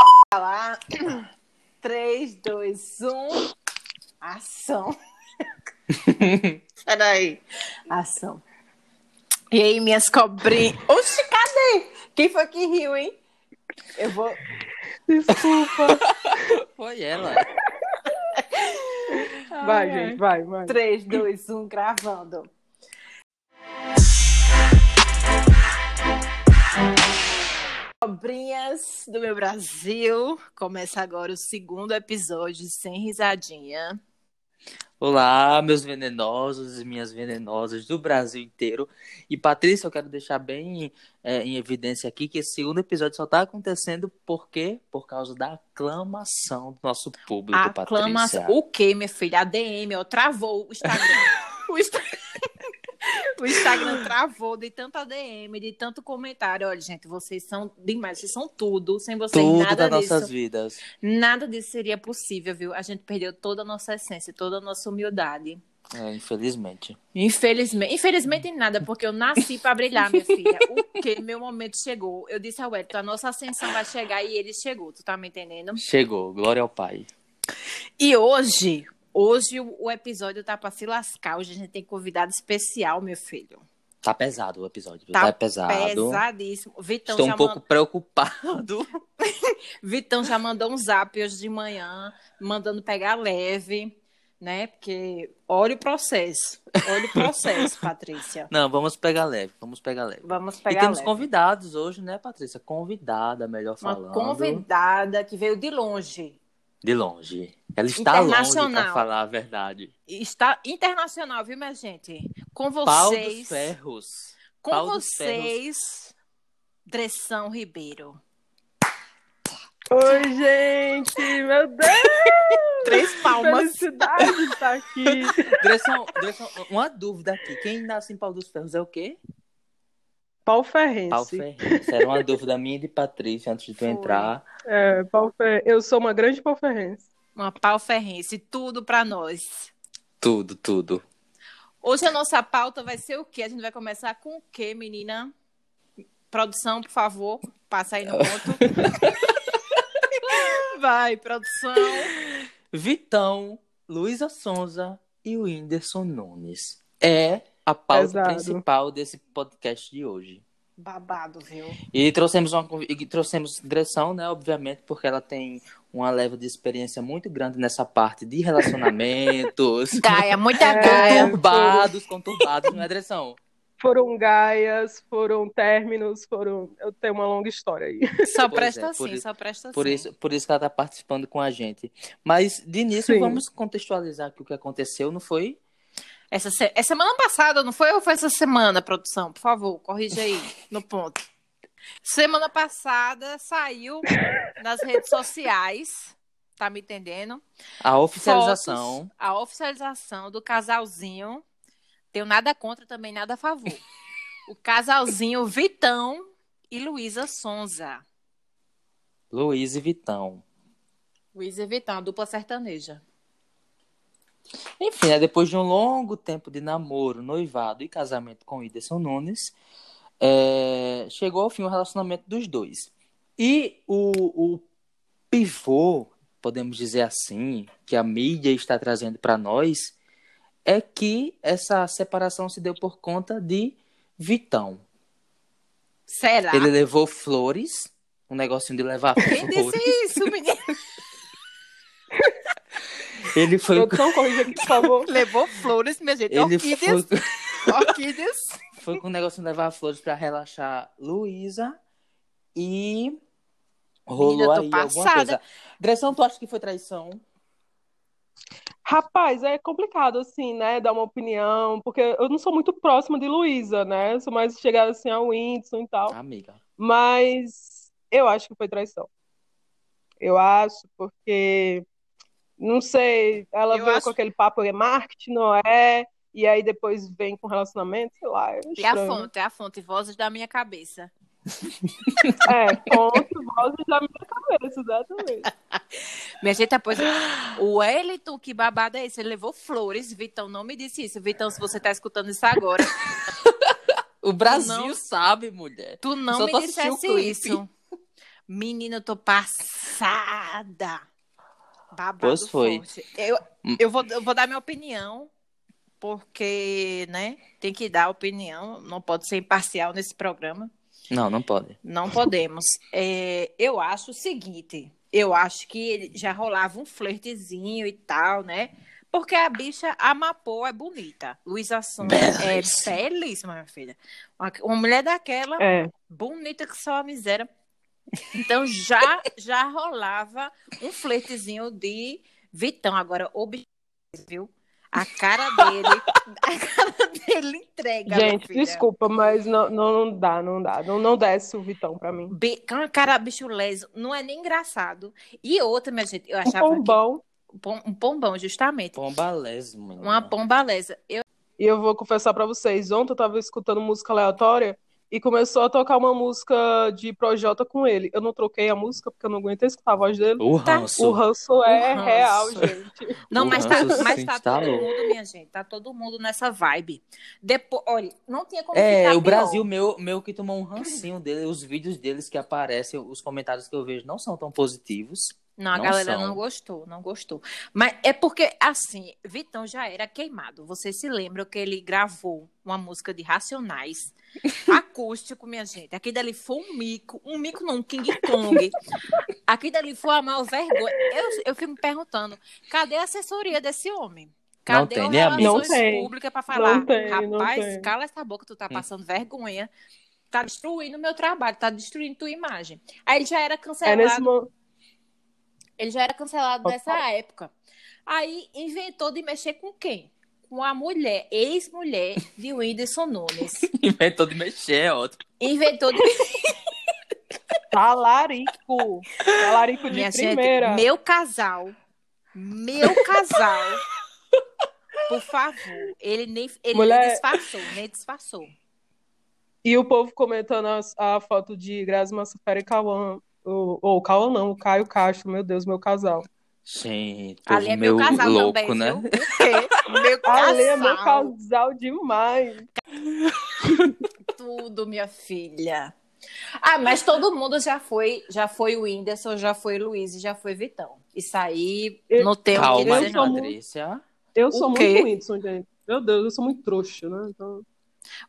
Bora lá. 3, 2, 1. Ação. Peraí. Ação. E aí, minhas cobrinhas. Oxi, cadê? Quem foi que riu, hein? Eu vou. Desculpa. Foi ela. Vai, gente, vai, vai. 3, 2, 1, gravando. Cobrinhas do meu Brasil, começa agora o segundo episódio de sem risadinha. Olá, meus venenosos e minhas venenosas do Brasil inteiro. E Patrícia, eu quero deixar bem é, em evidência aqui que esse segundo episódio só está acontecendo porque por causa da aclamação do nosso público, Aclamação. Patrícia. O que, minha filha? A DM, ó, travou o Instagram. o, Insta- o Instagram travou de tanta DM, de tanto comentário. Olha, gente, vocês são demais, vocês são tudo. Sem vocês, Tudo nada das disso. nossas vidas. Nada disso seria possível, viu? A gente perdeu toda a nossa essência, toda a nossa humildade. É, infelizmente. Infelizmente, infelizmente nada, porque eu nasci pra brilhar, minha filha. O que? Meu momento chegou. Eu disse ao Elton, a nossa ascensão vai chegar e ele chegou, tu tá me entendendo? Chegou, glória ao Pai. E hoje, hoje o o episódio tá pra se lascar. Hoje a gente tem convidado especial, meu filho. Tá pesado o episódio, Tá tá, pesado. Pesadíssimo. Vitão Estou já um pouco mandou... preocupado. Vitão já mandou um zap hoje de manhã, mandando pegar leve, né? Porque olha o processo. Olha o processo, Patrícia. Não, vamos pegar leve, vamos pegar leve. Vamos E pegar temos leve. convidados hoje, né, Patrícia? Convidada, melhor Uma falando. convidada que veio de longe. De longe. Ela está longe, pra Internacional. falar a verdade. E Está internacional, viu, minha gente? Com Pau dos vocês. Ferros. com Pau dos vocês, Dressão Ribeiro. Oi, gente. Meu Deus, Três palmas. felicidade de estar aqui. Dressão, Dressão, uma dúvida aqui. Quem nasce em Pau dos Ferros é o quê? Pau Pau Ferrense. Ferrense. Era uma dúvida minha e de Patrícia antes de tu Foi. entrar. É, pau fer... Eu sou uma grande pau ferrense. Uma pau ferrense, tudo pra nós. Tudo, tudo. Hoje a nossa pauta vai ser o quê? A gente vai começar com o quê, menina? Produção, por favor, passa aí no ponto. vai, produção. Vitão, Luísa Sonza e o Whindersson Nunes. É a pauta Pesado. principal desse podcast de hoje. Babado, viu? E trouxemos uma conv- e trouxemos direção, né, obviamente, porque ela tem uma leva de experiência muito grande nessa parte de relacionamentos. Gaia, muita Gaia. conturbados, conturbados, não é direção? Foram gaias, foram términos, foram. Eu tenho uma longa história aí. Só Pois presta é, por assim, isso- só presta Por assim. isso, por isso que ela está participando com a gente. Mas de início Sim. vamos contextualizar aqui o que aconteceu, não foi? Essa, se- é semana passada, não foi? Ou foi essa semana, produção? Por favor, corrija aí no ponto. Semana passada saiu nas redes sociais, tá me entendendo? A oficialização. Fotos, a oficialização do casalzinho. Tenho nada contra, também nada a favor. O casalzinho Vitão e Luísa Sonza. Luiz e Vitão. Luísa e Vitão, a dupla sertaneja. Enfim, né, depois de um longo tempo de namoro, noivado e casamento com Whindersson Nunes, é, chegou ao fim o relacionamento dos dois. E o, o pivô, podemos dizer assim, que a mídia está trazendo para nós, é que essa separação se deu por conta de Vitão. Será? Ele levou flores, um negocinho de levar Tá. Quem disse flores. isso, menino? Ele foi. Produção, corrija aqui, por favor. Levou flores, minha gente. Ele orquídeas. foi, Orquídeas. foi com o negócio de levar flores pra relaxar Luísa e rolou Menina, tô aí alguma passada. coisa. Dressão, tu acha que foi traição? Rapaz, é complicado, assim, né, dar uma opinião, porque eu não sou muito próxima de Luísa, né? Eu sou mais chegada, assim, ao Whindersson e tal. Amiga. Mas eu acho que foi traição. Eu acho, porque, não sei, ela Eu veio acho- com aquele papo, é marketing, não é? E aí depois vem com relacionamento, sei lá, é É a estranho. fonte, é a fonte, vozes da minha cabeça. É, fonte, vozes da minha cabeça, exatamente. Minha gente, depois. O Wellington, que babado é esse? Ele levou flores. Vitão não me disse isso. Vitão, se você tá escutando isso agora, O Brasil Não. sabe, mulher. tu não Só me tô assistindo o dissesse clipe. isso. Menina, eu tô passada. Babado Pois foi. Hum. forte. Eu, eu, vou, eu vou dar minha opinião, porque, né, tem que dar opinião, não pode ser imparcial nesse programa. Não, não pode. Não podemos. É, eu acho o seguinte, eu acho que ele já rolava um flertezinho e tal, né? Porque a bicha Amapô é bonita. Luísa Sonza é Belíssima. belíssima, minha filha. Uma, uma mulher daquela, É. bonita que só a miséria. Então já já rolava um flertezinho de Vitão. Agora, o bicho, viu? A cara dele, a cara dele entrega, minha Gente, filha. desculpa, mas não, não, não dá, não dá. Não, não desce o Vitão pra mim. Be- Cara, cara, bicho leso, não é nem engraçado. E outra, minha gente, eu Um achava que- pombão. um pom- um pombão, justamente. Pombalésimo. menina. Uma pomba lesa. Eu, E eu vou confessar pra vocês, ontem eu tava escutando música aleatória e começou a tocar uma música de Projota com ele. Eu não troquei a música porque eu não aguentei escutar a voz dele. O Tá. ranço. O ranço é O ranço. real, gente. não, O mas tá, ranço mas se tá todo instalou. mundo, minha gente, tá todo mundo nessa vibe. Depois, olha, não tinha como É, ficar o pior. Brasil meu, meu que tomou um rancinho dele, os vídeos deles que aparecem, os comentários que eu vejo não são tão positivos. Não, a Não galera são. não gostou, não gostou. Mas é porque, assim, Vitão já era queimado. Você se lembra que ele gravou uma música de Racionais, acústico, minha gente. Aqui dali foi um mico, um mico não, um King Kong. Aqui dali foi a maior vergonha. Eu, eu fico me perguntando, cadê a assessoria desse homem? Não Cadê tem, o né, amigo? relações Não tem. públicas para falar? Não tem, não Rapaz, tem. cala essa boca, tu Hum. tá passando vergonha. Tá destruindo o meu trabalho, tá destruindo tua imagem. Aí ele já era É cancelado. nesse momento. Ele já era cancelado Pode nessa época. Aí inventou de mexer com quem? Com a mulher, ex-mulher de Whindersson Nunes. Inventou de mexer, é ótimo. Inventou de Talarico. Talarico de Minha gente, primeira. meu casal. Meu casal. Por favor. Ele nem ele Mulher- disfarçou, nem disfarçou. E o povo comentando as- a, foto de Grazi Massafera e Cauã. O- Ou Cauã não, o Caio Castro, meu Deus, meu casal. Gente, povo Ali é meu meu casal louco, também, né? viu? O quê? Meu casal. Ale é meu casal demais. tudo, minha filha. Ah, mas todo mundo já foi, já foi o Whindersson, já foi Luiz e já foi Vitão. Isso aí Eu- não tem o que é Calma, dizer, Eu sou não. muito- Patrícia. Eu sou O muito quê? Whindersson, gente. Meu Deus, eu sou muito trouxa, né? Então,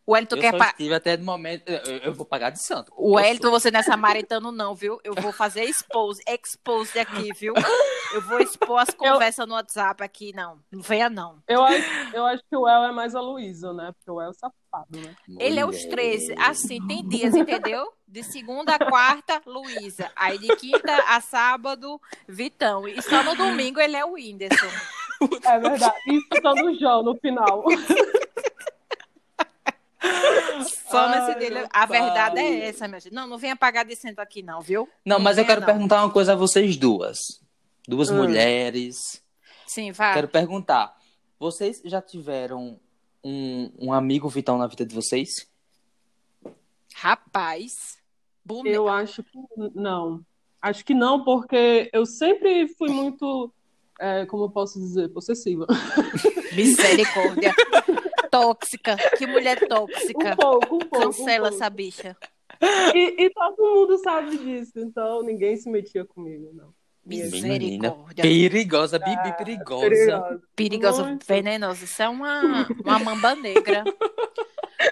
O Wellington eu quer só pa... estive até de momento. Eu, eu vou pagar de santo. O Eu Wellington, sou. você não é samaritano, não, viu? Eu vou fazer expose, expose aqui, viu? Eu vou expor as conversas no WhatsApp aqui, não. Não venha, não. eu, acho, eu acho que o El é mais a Luísa, né? Porque o El é safado, né? Ele é os Mulher. 13. Assim, tem dias, entendeu? De segunda a quarta, Luísa. Aí de quinta a sábado, Vitão. E só no domingo ele é o Whindersson. É verdade. Isso tá no João, no final. Só Ai, nesse dele. meu A verdade pai. é essa, minha gente. Não, não venha pagar de centro aqui, não, viu? Não, mas eu venha, quero não. perguntar uma coisa a vocês duas. Duas Hum. mulheres. Sim, vai. Quero perguntar. Vocês já tiveram um, um amigo Vitão na vida de vocês? Rapaz. Bume... Eu acho que não. Acho que não, porque eu sempre fui muito, é, como eu posso dizer, possessiva. Misericórdia. tóxica. Que mulher Um tóxica. pouco, um pouco. um Cancela pouco. essa bicha. E, e todo mundo sabe disso, então ninguém se metia comigo, não. Misericórdia. Perigosa, Ah, Bibi perigosa. Perigosa. Perigosa, Muito. venenosa. Isso é uma, uma mamba negra.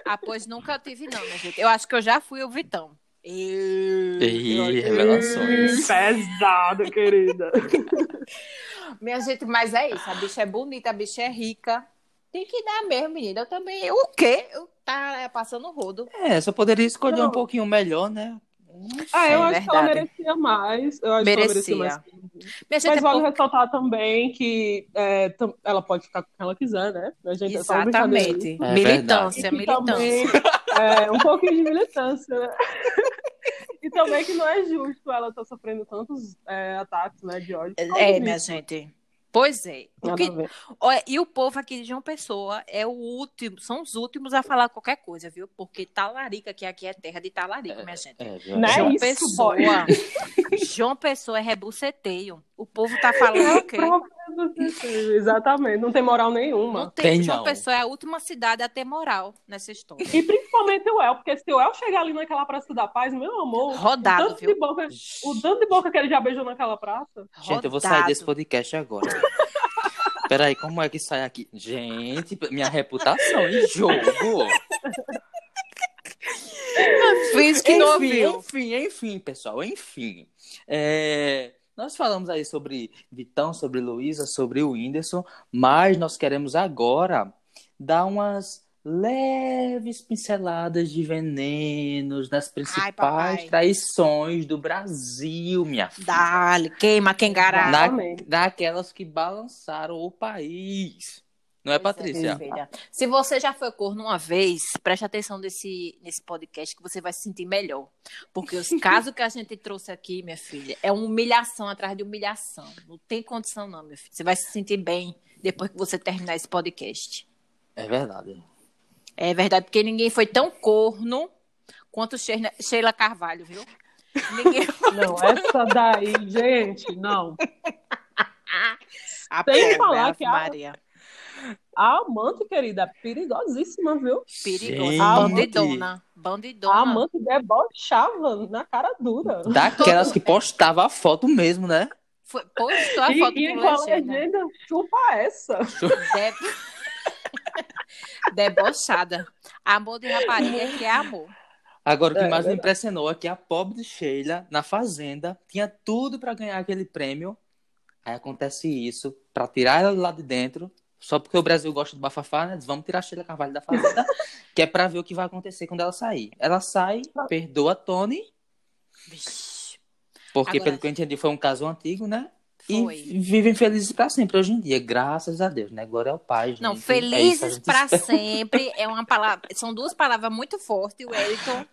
ah, pois nunca tive, não, minha gente. Eu acho que eu já fui o Vitão. Eu... Ih, revelações. Hum, Pesado, querida. Minha gente, mas é isso. A bicha é bonita, a bicha é rica. Tem que dar mesmo, menina. Eu também. O quê? Eu tá passando rodo. É, só poderia escolher Não. um pouquinho melhor, né? Não Ah, eu É acho que ela verdade. merecia mais. Eu acho que ela merecia Merecia. mais. Minha gente Mas é vale pouco- ressaltar também que é, tam- ela pode ficar com quem ela quiser, né? A gente é só uma brincadeira. Exatamente. É militância, E que militância. também, é, um pouquinho de militância, né? E também que não é justo ela estar sofrendo tantos é, ataques, né, de ódio. É, minha gente. Pois é. O Nada que- a ver. Olha, e o povo aqui de João Pessoa é o último, são os últimos a falar qualquer coisa, viu? Porque talarica, que aqui é terra de talarica, minha gente. É, Não é João isso, Pessoa. boy. João Pessoa é rebuceteio. O povo tá falando o quê? Pra- Exatamente, não tem moral Não nenhuma. tem, Tem, João não. Pessoa é a última cidade a ter moral nessa história. E principalmente o El, porque se o El chegar ali naquela Praça da Paz, meu amor, o, Rodado, tanto de viu? boca, o tanto de boca que ele já beijou naquela praça. Gente, eu vou Rodado. sair desse podcast agora. Peraí, como é que sai aqui? Gente, minha reputação em jogo. Finge que não ouviu. enfim, enfim, pessoal, enfim. É, nós falamos aí sobre Vitão, sobre Luísa, sobre o Whindersson, mas nós queremos agora dar umas leves pinceladas de venenos nas principais papai. traições do Brasil, minha filha. Dá-lhe, queima quem gará. Na- Exatamente. Daquelas que balançaram o país. Não é, Patrícia? Filha. Se você já foi corno uma vez, preste atenção nesse, nesse podcast que você vai se sentir melhor. Porque os casos que a gente trouxe aqui, minha filha, é uma humilhação atrás de humilhação. Não tem condição, não, meu filho. Você vai se sentir bem depois que você terminar esse podcast. É verdade. É verdade, porque ninguém foi tão corno quanto Sheila Sheila Carvalho, viu? Ninguém. Não, essa daí, gente, não. A Sem pobre falar Ave que a- Maria. A amante, querida, é perigosíssima, viu? Perigosa. Gente. Bandidona. A Bandidona. amante debochava na cara dura. Daquelas que postava a foto mesmo, né? Foi, postou a E, foto né? e com qual é a legenda. legenda? Chupa essa. De- Debochada. Amor de rapariga é que é amor. Agora, o que É, mais me verdade. impressionou é que a pobre de Sheila, na Fazenda, tinha tudo pra ganhar aquele prêmio. Aí acontece isso, pra tirar ela lá de dentro, só porque o Brasil gosta do bafafá, né? Diz, Vamos tirar a Sheila Carvalho da Fazenda, que é pra ver o que vai acontecer quando ela sair. Ela sai, perdoa a Tony, Vixe, porque Agora- pelo que eu entendi foi um caso antigo, né? Foi. E vivem felizes pra sempre hoje em dia, graças a Deus, né? Glória ao Pai, gente. Não, É isso, a felizes gente pra espera. sempre é uma palavra, são duas palavras muito fortes, o Elton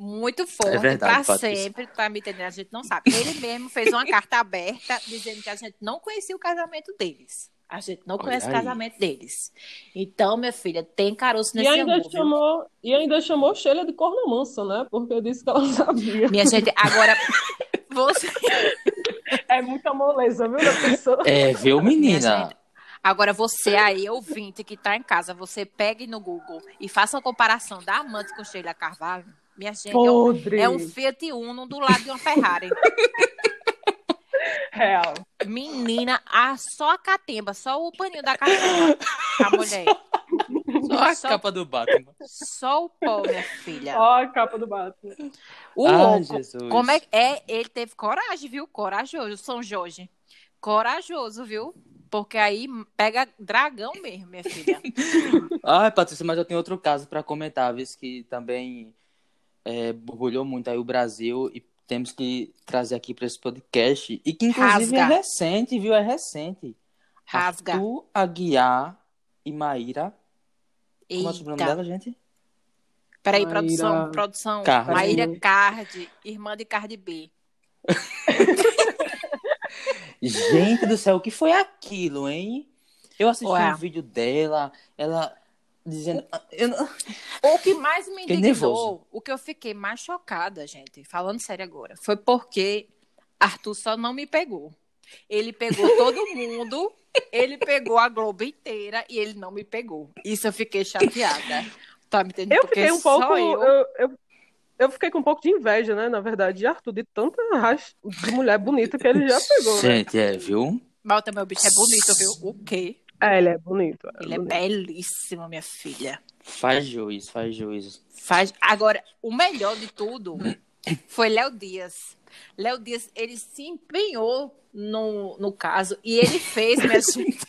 muito forte É pra verdade, Patrícia. sempre, tá me entendendo? A gente não sabe. Ele mesmo fez uma carta aberta dizendo que a gente não conhecia o casamento deles. A gente não Olha conhece aí. o casamento deles. Então, minha filha, tem caroço E nesse ainda, é amor. viu? chamou, e ainda chamou Sheila de corno manso, né? Porque disse que ela sabia. Minha gente, agora você É muita moleza, viu, da pessoa? É, viu, menina? né, gente, Agora, você aí, ouvinte que tá em casa, você pegue no Google e faça uma comparação da amante com Sheila Carvalho. Minha gente, é um- Podre. é um Fiat Uno do lado de uma Ferrari. Real. Menina, a, só a catemba, só o paninho da catemba. A mulher. Só a só- capa do Batman. Só o pó, minha filha. Ó a capa do Batman. O Ai, oco. Ah, Jesus. Como é que. É, ele teve coragem, viu? Corajoso, São Jorge. Corajoso, viu? Porque aí pega dragão mesmo, minha filha. Ai, Ah, Patrícia, mas eu tenho outro caso para comentar, visto que também é, borbulhou muito aí o Brasil e temos que trazer aqui para esse podcast. E que, inclusive, Rasga. é recente, viu? É recente. Rasga. Arthur Aguiar e Maíra. Como é o sobrenome Eita. dela, gente? Peraí, Maíra- produção, produção. Cardi. Maíra Card, irmã de Cardi B. Gente do céu, o que foi aquilo, hein? Eu assisti Ué. um vídeo dela, ela dizendo. "Ah, eu não- O que mais me Fiquei nervoso. indignou, o que eu fiquei mais chocada, gente, falando sério agora, foi porque Arthur só não me pegou. Ele pegou todo mundo, ele pegou a Globo inteira e ele não me pegou. Isso eu fiquei chateada. Tá me entendendo? Eu Porque fiquei um pouco. só Eu... eu. Eu, eu fiquei com um pouco de inveja, né? Na verdade, de Arthur, de tanta racha de mulher bonita que ele já pegou. Né? Gente, é, viu? Mas também o bicho é bonito, viu? O quê? É, ele é bonito. Ele é bonito. belíssimo, minha filha. Faz juiz, faz juiz. Faz. Agora, o melhor de tudo foi Léo Dias. Léo Dias, ele se empenhou no, no caso e ele fez, minha gente.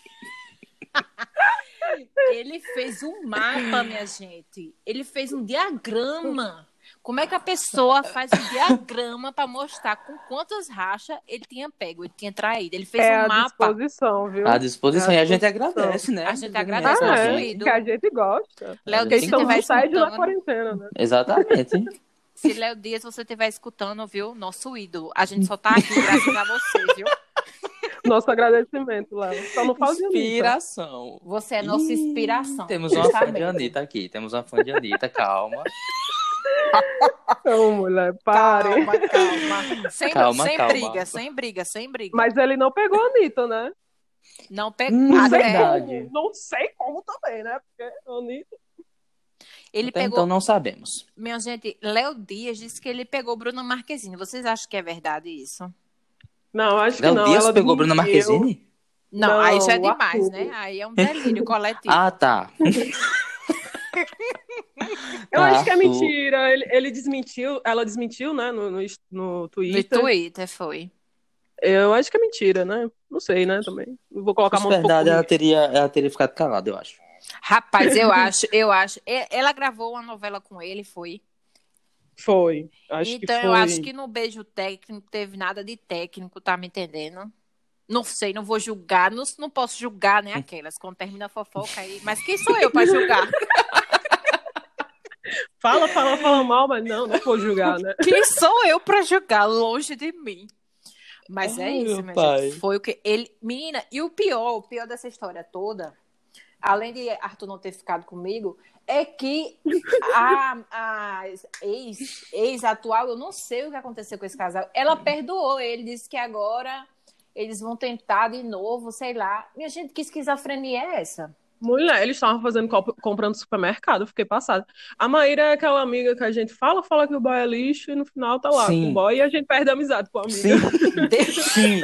ele fez um mapa, minha gente. Ele fez um diagrama. Como é que a pessoa faz um diagrama para mostrar com quantas rachas ele tinha pego, ele tinha traído? Ele fez É um a mapa. disposição, viu? À disposição. À E a gente disposição. agradece, né? A gente Ah, agradece, Essa é, gente. que a gente gosta. um Léo Porque Dias, Porque se estamos tiver estamos saindo da escutando, é quarentena, né? Exatamente. Se Léo Dias, você estiver escutando, viu? Nosso ídolo. A gente só tá aqui graças a você, viu? Nosso agradecimento, Léo. Só não faz de Anitta. Inspiração. Você é nossa Ih, inspiração. Temos uma fã de Justamente. Anitta aqui. Temos uma fã de Anitta, calma. Então, mulher, pare. Calma, calma. Sem, Calma, sem calma. briga, sem briga, sem briga. Mas ele não pegou a Anitta, né? Não Ah, é, pegou. Hum, sei Até... verdade. como, não sei como também, né? Porque Anitta. Ele Até pegou. então não sabemos. Minha gente, Léo Dias disse que ele pegou Bruna Marquezine. Vocês acham que é verdade isso? Não, acho que Léo não. Dias ela pegou Bruna admitiu. Marquezine? Não, Não, aí já é Arthur. demais, né? Aí é um delírio coletivo. Ah, tá. Eu acho que é Arthur. mentira. Ele, ele desmentiu, ela desmentiu, né, no, no, no no Twitter. Twitter foi. Eu acho que é mentira, né? Não sei, né, também. Não vou colocar a Na mão no fogo. verdade, ela teria, ela teria ficado calada, eu acho. Rapaz, eu acho, eu acho. E- Ela gravou uma novela com ele, foi. Foi. Acho então que eu foi. acho que no beijo técnico teve nada de técnico, tá me entendendo? Não sei, não vou julgar, não, não posso julgar, Hum. né, aquelas. Quando termina a fofoca aí. Mas quem sou eu pra julgar? Fala, fala, fala mal, mas não, não vou julgar, né? Quem sou eu pra julgar? Longe de mim. Mas é Ai, isso, meu meu pai. Foi o que ele. Menina, e o pior, o pior dessa história toda, além de Arthur não ter ficado comigo, é que a, a ex, ex-atual, eu não sei o que aconteceu com esse casal. Ela perdoou ele, disse que agora eles vão tentar de novo, sei lá. Minha gente, que esquizofrenia é essa? Mulher, eles estavam fazendo copo- comprando supermercado, eu fiquei passada. A Maíra é aquela amiga que a gente fala, fala que o boy é lixo e no final tá lá Sim. com o boy e a gente perde a amizade com a amiga. Sim, sim.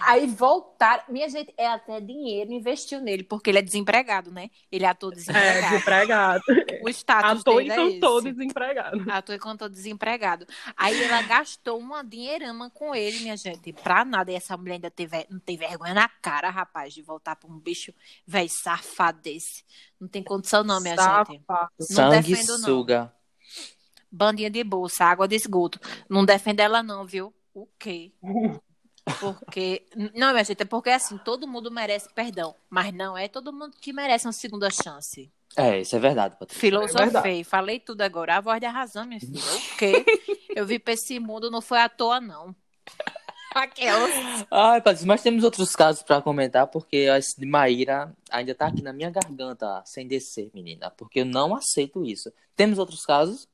Aí voltaram. Minha gente, é até dinheiro investiu nele, porque ele é desempregado, né? Ele é ator É, desempregado. desempregado. O status Ator e dele é esse. cantor desempregado. Ator e cantor desempregado. Aí ela gastou uma dinheirama com ele, minha gente. Pra nada. E essa mulher ainda teve, não tem vergonha na cara, rapaz, de voltar pra um bicho velho safado desse. Não tem condição, não, minha é gente. Safado. Sangue defendo, não. suga. Bandinha de bolsa, água de esgoto. Não defende ela, não, viu? O quê? Porque. Não, minha gente, é porque assim, todo mundo merece perdão. Mas não é todo mundo que merece uma segunda chance. É, isso é verdade, Patrícia. Filosofei, falei tudo agora. A voz da razão, minha filha. O quê? Eu vim pra esse mundo, não foi à toa, não. Aquelas. Ai, Ah, Patrícia, mas temos outros casos pra comentar, porque esse de Maíra ainda tá aqui na minha garganta, sem descer, menina. Porque eu não aceito isso. Temos outros casos?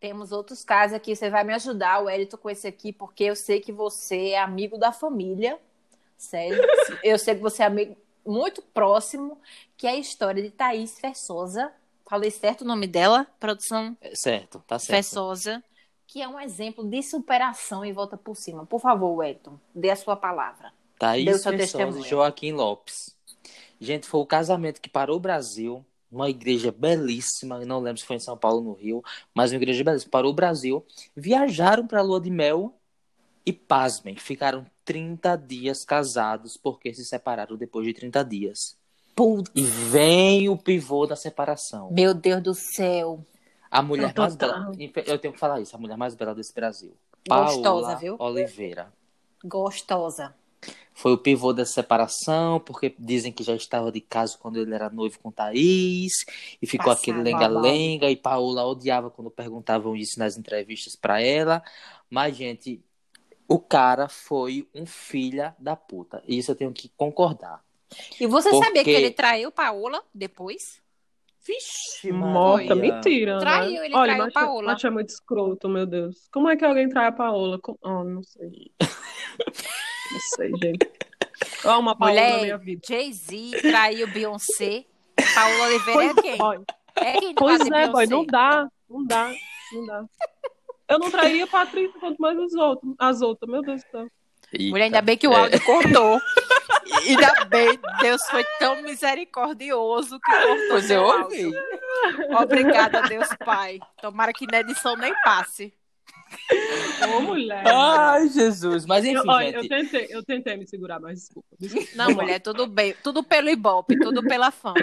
Temos outros casos aqui. Você vai me ajudar, o Elito, com esse aqui, porque eu sei que você é amigo da família. Sério. Eu sei que você é amigo muito próximo, que é a história de Thaís Fessosa. Falei certo o nome dela? Produção É, Certo, tá certo. Fessosa. Que é um exemplo de superação e volta por cima. Por favor, Wellington, dê a sua palavra. Deu Thaís seu Festosa e testemunho. Joaquim Lopes. Gente, foi o casamento que parou o Brasil. Uma igreja belíssima, eu não lembro se foi em São Paulo ou no Rio, mas uma igreja belíssima. Parou o Brasil, viajaram para a lua de mel e, pasmem, ficaram 30 dias casados porque se separaram depois de 30 dias. Puta. E vem o pivô da separação. Meu Deus do céu. A mulher Total. mais bela. Eu tenho que falar isso, a mulher mais bela desse Brasil. Gostosa, Paola viu? Oliveira. Gostosa. Foi o pivô dessa separação, porque dizem que já estava de caso quando ele era noivo com Thaís, e ficou Passado, aquele lenga-lenga, e Paola odiava quando perguntavam isso nas entrevistas para ela. Mas, gente, o cara foi um filha da puta. E isso eu tenho que concordar. E você Por sabia que quê? ele traiu Paola depois? Vixe, Morta, Maria. mentira, né? Traiu, ele Olha, traiu macho, Paola. macho é muito escroto, meu Deus. Como é que alguém trai a Paola? Com- Ah, não sei. Não sei, gente. Ó, uma Paola na minha Mulher, vida. Jay-Z traiu Beyoncé. Paola Oliveira é quem? Boy. É quem Pois quase é, Beyoncé. boy, não dá, não dá, não dá. Eu não traía a Patrícia, quanto mais os outros, as outras, meu Deus do céu. Mulher, ainda bem que o É. áudio cortou. Ainda bem, Deus foi tão misericordioso que cortou Pois eu meu ouvi. áudio. Obrigada, Deus Pai. Tomara que na edição nem passe. Ô, mulher. Ai, Jesus. Mas enfim, eu, olha, eu gente. tentei, eu tentei me segurar, mas desculpa. desculpa. Não, Vamos lá. mulher, tudo bem. Tudo pelo Ibope, tudo pela fama.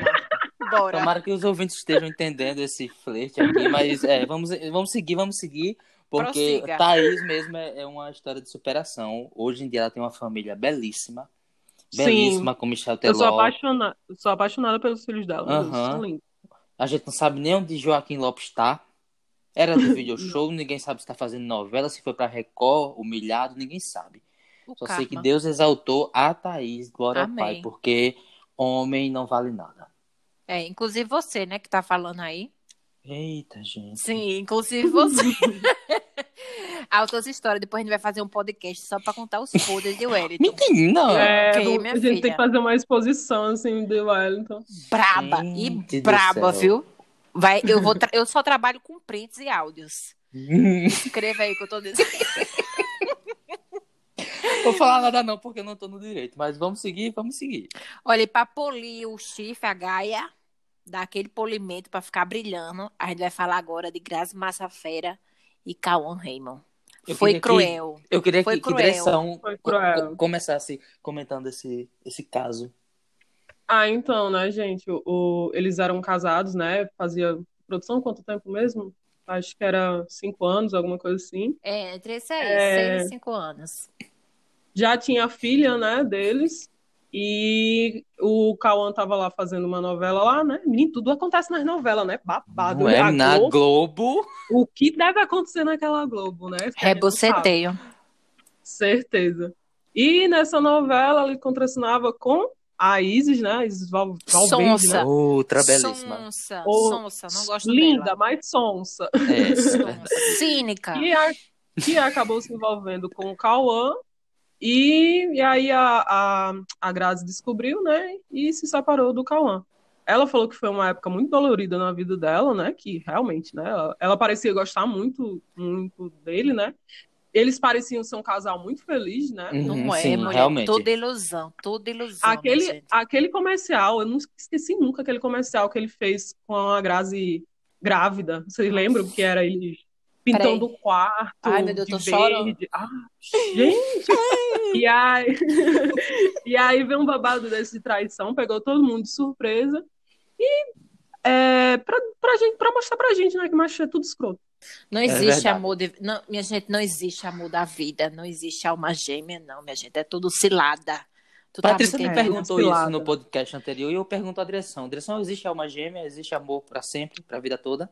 Bora. Tomara que os ouvintes estejam entendendo esse flerte aqui, mas é, vamos, vamos seguir, vamos seguir, porque Prossiga. Thaís mesmo é, é uma história de superação. Hoje em dia ela tem uma família belíssima, Sim. belíssima com Michel Eu sou Teló. apaixonada, sou apaixonada pelos filhos dela. meu Deus, Tá Aham. são lindos. A gente não sabe nem onde Joaquim Lopes está. Era do video show, ninguém sabe se está fazendo novela, se foi para Record, humilhado, ninguém sabe. O Só sei que karma. Deus exaltou a Thaís, glória Amém. ao Pai, porque homem não vale nada. É, inclusive você, né, que tá falando aí. Eita, gente. Sim, inclusive você. Altas histórias. Depois a gente vai fazer um podcast só pra contar os podres de Wellington. Menina! É, Ok, do- minha a gente filha. tem que fazer uma exposição, assim, de Wellington. Braba Gente e do braba, céu. viu? Vai, eu, vou tra- eu só trabalho com prints e áudios. Hum. Escreva aí que eu tô dizendo. Vou falar nada não, porque eu não tô no direito. Mas vamos seguir, vamos seguir. Olha, e pra polir o chifre, a Gaia, dar aquele polimento pra ficar brilhando, a gente vai falar agora de Grazi Massafera e Cauan Raymond. Eu Foi queria que- cruel. Eu queria Foi que, que cruel. direção Foi co- cruel. co- começasse comentando esse, esse caso. Ah, então, né, gente? O, o- eles eram casados, né? Fazia produção quanto tempo mesmo? Acho que era cinco anos, alguma coisa assim. É, entre isso aí, É. seis e cinco anos. Já tinha a filha, né, deles. E o Cauã tava lá fazendo uma novela lá, né? Menino, tudo acontece nas novelas, né? Babado. Não é A na Globo- Globo. o que deve acontecer naquela Globo, né? Porque a É gente não sabe. Reboceteio. Certeza. E nessa novela ele contracenava com a Isis, né? A Isis Val Valverde, Sonsa. né? Outra belíssima. Sonsa, Ô, sonsa, não gosto Linda, dela. mais sonsa. É, Sonsa, Cínica. E a- que acabou se envolvendo com o Cauã. E, e aí a, a, a Grazi descobriu, né? E se separou do Cauã. Ela falou que foi uma época muito dolorida na vida dela, né? Que realmente, né? Ela, ela parecia gostar muito, muito dele, né? Eles pareciam ser um casal muito feliz, né? Uhum. Não é, Sim, mulher. realmente. Toda ilusão, toda ilusão. minha Aquele, gente. aquele comercial, eu não esqueci nunca aquele comercial que ele fez com a Grazi grávida. Vocês lembram que era ele pintando o quarto Ai, meu Deus, de tô chorando. verde? Ah, gente! e aí, e aí veio um babado desse de traição, pegou todo mundo de surpresa. E é, pra, pra, gente, pra mostrar pra gente, né, que macho é tudo escroto. Não É verdade. existe amor de... não, minha gente, não existe amor da vida, não existe alma gêmea, não, minha gente, é tudo cilada. Tu tá Patrícia me me é, entendendo? perguntou cilada. isso no podcast anterior e eu pergunto à direção. Direção, existe alma gêmea? Existe amor pra sempre, pra vida toda?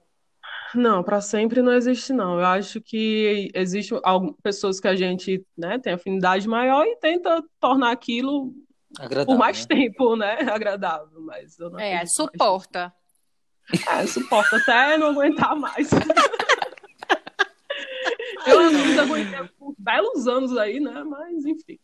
Não, para sempre não existe, não. Eu acho que existem algumas pessoas que a gente, né, tem afinidade maior e tenta tornar aquilo Agradável. por mais né? tempo, né, agradável. Mas eu não É, acredito mais. suporta. É, suporta até não aguentar mais. Eu não aguentei por belos anos aí, né? Mas enfim.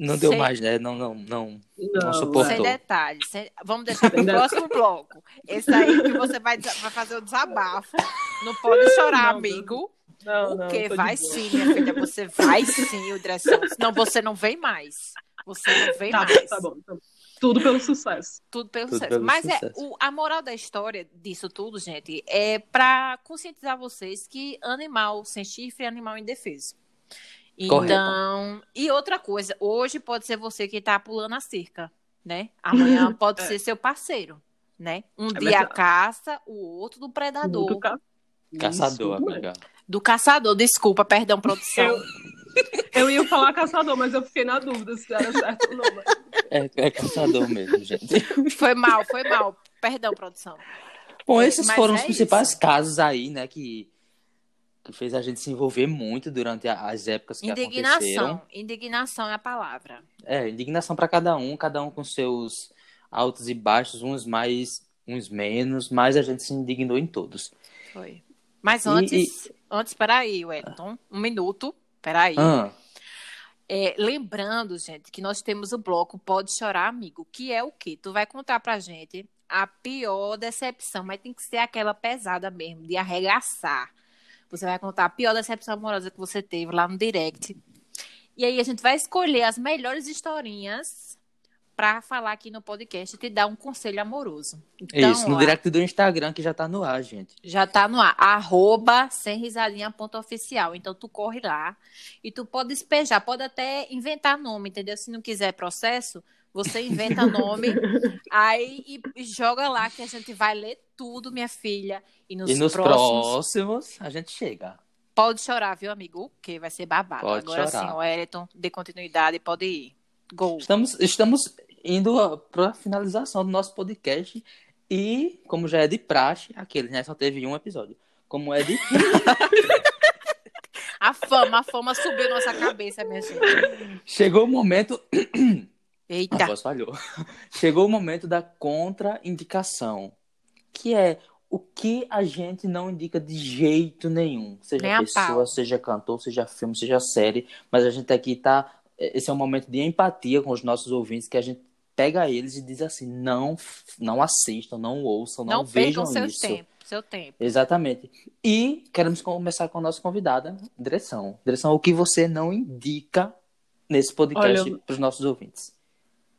Não deu Sei. mais, né? Não, não, não. Não, né, suporta. Sem Suportou. detalhes. sem- Vamos deixar pro Sem próximo bloco. Esse aí que você vai, desa- vai fazer o desabafo. Não pode chorar, Não, amigo. não, não, Porque tô de vai boa. sim, minha filha. Você vai sim, o dressão. Senão você não vem mais. Você não vem Tá bom, mais. tá bom, tá bom. Tudo pelo sucesso. Tudo pelo Tudo sucesso. pelo Mas é sucesso. o- a moral da história disso tudo, gente, é pra conscientizar vocês que animal sem chifre é animal indefeso. Correto. Então, e outra coisa, hoje pode ser você que tá pulando a cerca, né? Amanhã pode É. ser seu parceiro, né? Um É dia verdade. caça, o outro do predador, Muito ca- Caçador, Isso, amiga. do caçador. Desculpa, perdão, produção. Eu- Eu ia falar caçador, mas eu fiquei na dúvida se era certo ou não. mas- É, é caçador mesmo, gente. Foi mal, foi mal. Perdão, produção. Bom, É, esses mas foram é os principais isso. casos aí, né, que, que fez a gente se envolver muito durante a- as épocas que aconteceram. Indignação. Indignação é a palavra. É, indignação para cada um, cada um com seus altos e baixos, uns mais, uns menos, mas a gente se indignou em todos. Foi. Mas E- antes, antes, peraí, Wellington, um minuto, peraí. Ah, É, lembrando, gente, que nós temos o bloco Pode Chorar, Amigo, que é o quê? Tu vai contar pra gente a pior decepção, mas tem que ser aquela pesada mesmo, de arregaçar. Você vai contar a pior decepção amorosa que você teve lá no direct. E aí a gente vai escolher as melhores historinhas pra falar aqui no podcast e te dar um conselho amoroso. Então, isso, no ó, direct do Instagram que já tá no ar, gente. já tá no ar. Arroba sem risadinha ponto oficial. Então tu corre lá e tu pode despejar, pode até inventar nome, entendeu? Se não quiser processo, você inventa nome aí e, e joga lá que a gente vai ler tudo, minha filha. E nos, E nos próximos, próximos a gente chega. pode chorar, viu, amigo? Que vai ser babado. Pode Agora chorar. sim, o Eriton, dê continuidade, pode ir. Gol. Estamos, estamos indo para a finalização do nosso podcast e, como já é de praxe, aquele, né? Só teve um episódio. Como é de A fama, a fama subiu nossa cabeça, minha gente. Chegou o momento. A Eita. Tá. voz falhou. Chegou o momento da contraindicação, que é o que a gente não indica de jeito nenhum. Seja Nem a pessoa, pau. seja cantor, seja filme, seja série. Mas a gente aqui tá. Esse é um momento de empatia com os nossos ouvintes que a gente pega eles e diz assim: não, não assistam, não ouçam, não, Não, vejam percam seu isso. tempo, seu tempo. Exatamente. E queremos começar com a nossa convidada, Dressão. Dressão, o que você não indica nesse podcast Olha, para os nossos ouvintes?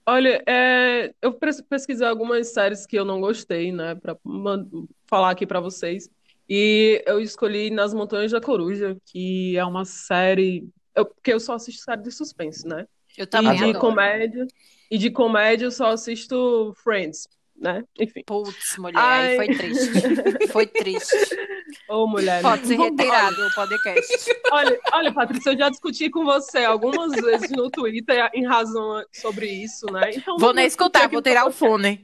Olha, é, eu pres- pesquisei algumas séries que eu não gostei, né, para falar aqui pra vocês. E eu escolhi Nas Montanhas da Coruja, que é uma série, eu- porque eu só assisto série de suspense, né? Eu E também de adoro. comédia, e de comédia eu só assisto Friends, né? Enfim. Putz, mulher, aí Ai. foi triste. Foi triste. Ô, mulher, Pode ser vamos- retirado do podcast. Olha, olha, Patrícia, eu já discuti com você algumas vezes no Twitter em razão a- sobre isso, né? Então, Vou nem escutar, vou tirar o fone.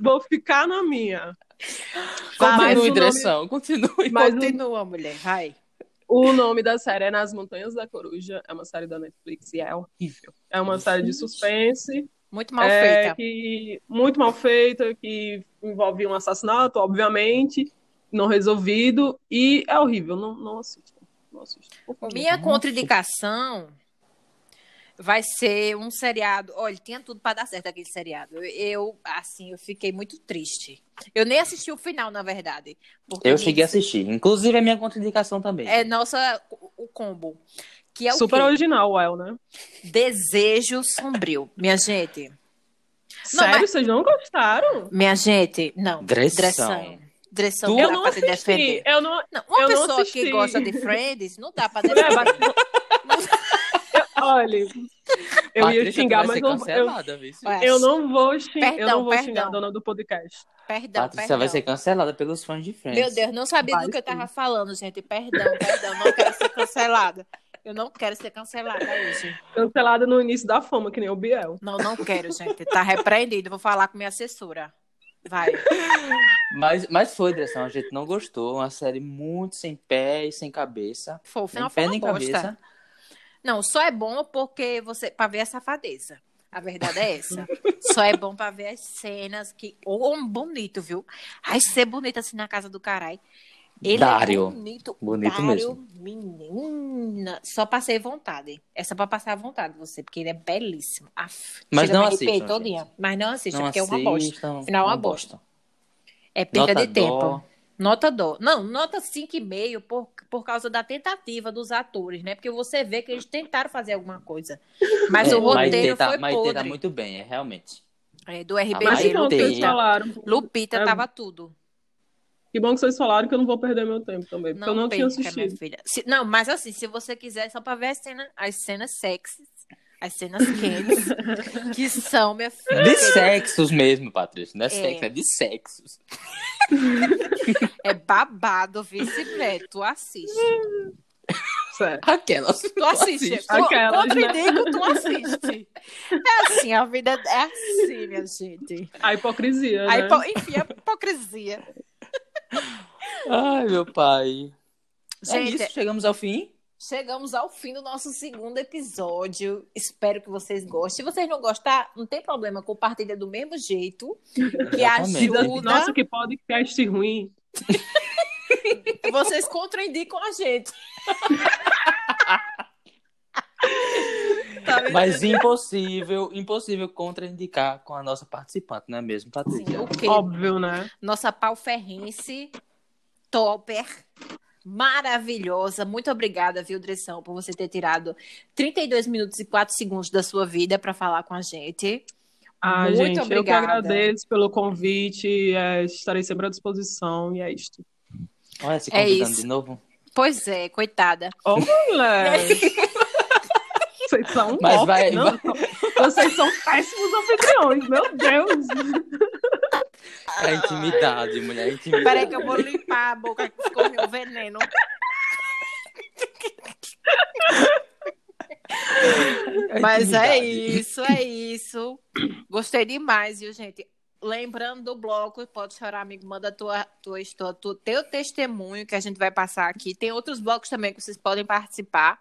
vou ficar na minha. Vá, mas o Continue, nome- Dressão, continue. Mas o- Continua, mulher. Vai. O nome da série é Nas Montanhas da Coruja, é uma série da Netflix e é horrível. É uma série de suspense, Muito mal é, feita. que muito mal feita, que envolve um assassinato, obviamente, não resolvido e é horrível. Não, não assistam, não assistam. por favor. Minha contraindicação vai ser um seriado. Olha, tinha tudo para dar certo aquele seriado. Eu, eu, assim, eu fiquei muito triste. Eu nem assisti o final, na verdade. porque Eu me- cheguei a assistir. Inclusive, é minha contraindicação também. É nossa o, o combo. Que é o Super quê? original, well, né? Desejo sombrio. Minha gente. Sério, mas- vocês não gostaram? Minha gente. Não. Dressão. Dressão. Dressão Tu- não Eu Então dá não pra se assisti. defender. Eu não. Não, uma eu não pessoa que assisti. gosta de Friends não dá pra Mulher, defender. Olha, eu ia Patrícia, tu xingar, vai mas ser não, eu, cancelada, viu? Ué, eu não vou, xing, eu Perdão, não vou xingar a perdão. dona do podcast. Perdão, Patrícia perdão. vai ser cancelada pelos fãs de Friends. Meu Deus, não sabia Vai do que eu sim. tava falando, gente. Perdão, perdão. Não quero ser cancelada. Eu não quero ser cancelada hoje. Cancelada no início da fama, que nem o Biel. Não, não quero, gente. Tá repreendido. Vou falar com minha assessora. Vai. Mas, mas foi, Dressão, a gente não gostou. Uma série muito sem pé e sem cabeça. Foi, o Sem final foi pé é uma nem bosta. cabeça. Não, só é bom porque você para ver a safadeza. A verdade é essa. só é bom pra ver as cenas que ou um bonito, viu? Ai, ser bonito assim na casa do caralho. Ele Dário. é bonito, Bonito Dário, mesmo. menina. Só passei vontade. Essa pra passar vontade você, porque ele é belíssimo. Aff, Mas chega, não me arrepiei assistam, todinha. Mas não assista, Não porque é uma bosta. assistam, Final é uma É perda Nota de dó. tempo. Nota dó. Não, nota 5,5 por, por causa da tentativa dos atores, né? Porque você vê que eles tentaram fazer alguma coisa. Mas É, o roteiro Maitê tá, foi Maitê tá podre. muito bem, é realmente. É, do Mas então, Mas que RBD, bom que tem. vocês Lupita. falaram. Lupita É. tava tudo. Que bom que vocês falaram que eu não vou perder meu tempo também, É porque Não, eu não tinha perca, né? minha assistido. filha. Se- não, mas assim, se você quiser, só pra ver as cenas, as cenas sexys, as cenas quentes, que são, minha filha. De sexos mesmo, Patrícia. Não é, sexo, é de sexos. É babado, vice-versa. Tu assiste. Sério. Aquelas. Tu assiste. Tu, Aquelas, contra né? indico, tu assiste. É assim, a vida é assim, minha gente. A hipocrisia, A né? hipo- Enfim, a hipocrisia. Ai, meu pai. Gente, é isso, chegamos ao fim. chegamos ao fim do nosso segundo episódio. Espero que vocês gostem. Se vocês não gostar, não tem problema. Compartilha do mesmo jeito. Que Exatamente. ajuda. Nossa, que podcast ruim. Vocês contraindicam a gente. Tá vendo? Mas impossível, impossível contraindicar com a nossa participante, não é mesmo, Patrícia? Assim, o quê? Óbvio, né? nossa pau ferrense, topper, maravilhosa. Muito obrigada, viu, Dressão, por você ter tirado 32 minutos e 4 segundos da sua vida para falar com a gente. Ah, Muito gente, eu que obrigada. agradeço pelo convite. é, estarei sempre à disposição. E é isto. Olha, se É convidando isso. de novo. Pois é, coitada. Ô, mulher! Vocês são um Mas golpe, vai- não? Vocês são péssimos anfitriões, meu Deus! A intimidade, mulher, a intimidade. Peraí que eu vou limpar a boca que escorreu o veneno. A Mas é intimidade. isso, é isso. Gostei demais, viu, gente? Lembrando do bloco, pode chorar, amigo, manda tua, tua, tua, tu- teu testemunho que a gente vai passar aqui. Tem outros blocos também que vocês podem participar.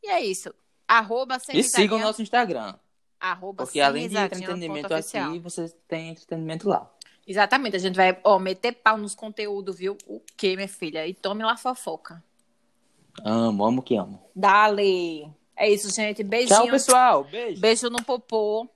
E é isso. Arroba sem E sigam o risadinha, nosso Instagram. arroba Porque sem além de risadinha ponto entretenimento oficial. aqui, você tem entretenimento lá. Exatamente, a gente vai, ó, meter pau nos conteúdos, viu? O quê, minha filha? E tome lá fofoca. Amo, amo que amo. Dale. É isso, gente. Beijinho. Tchau, pessoal. Beijo. Beijo no popô.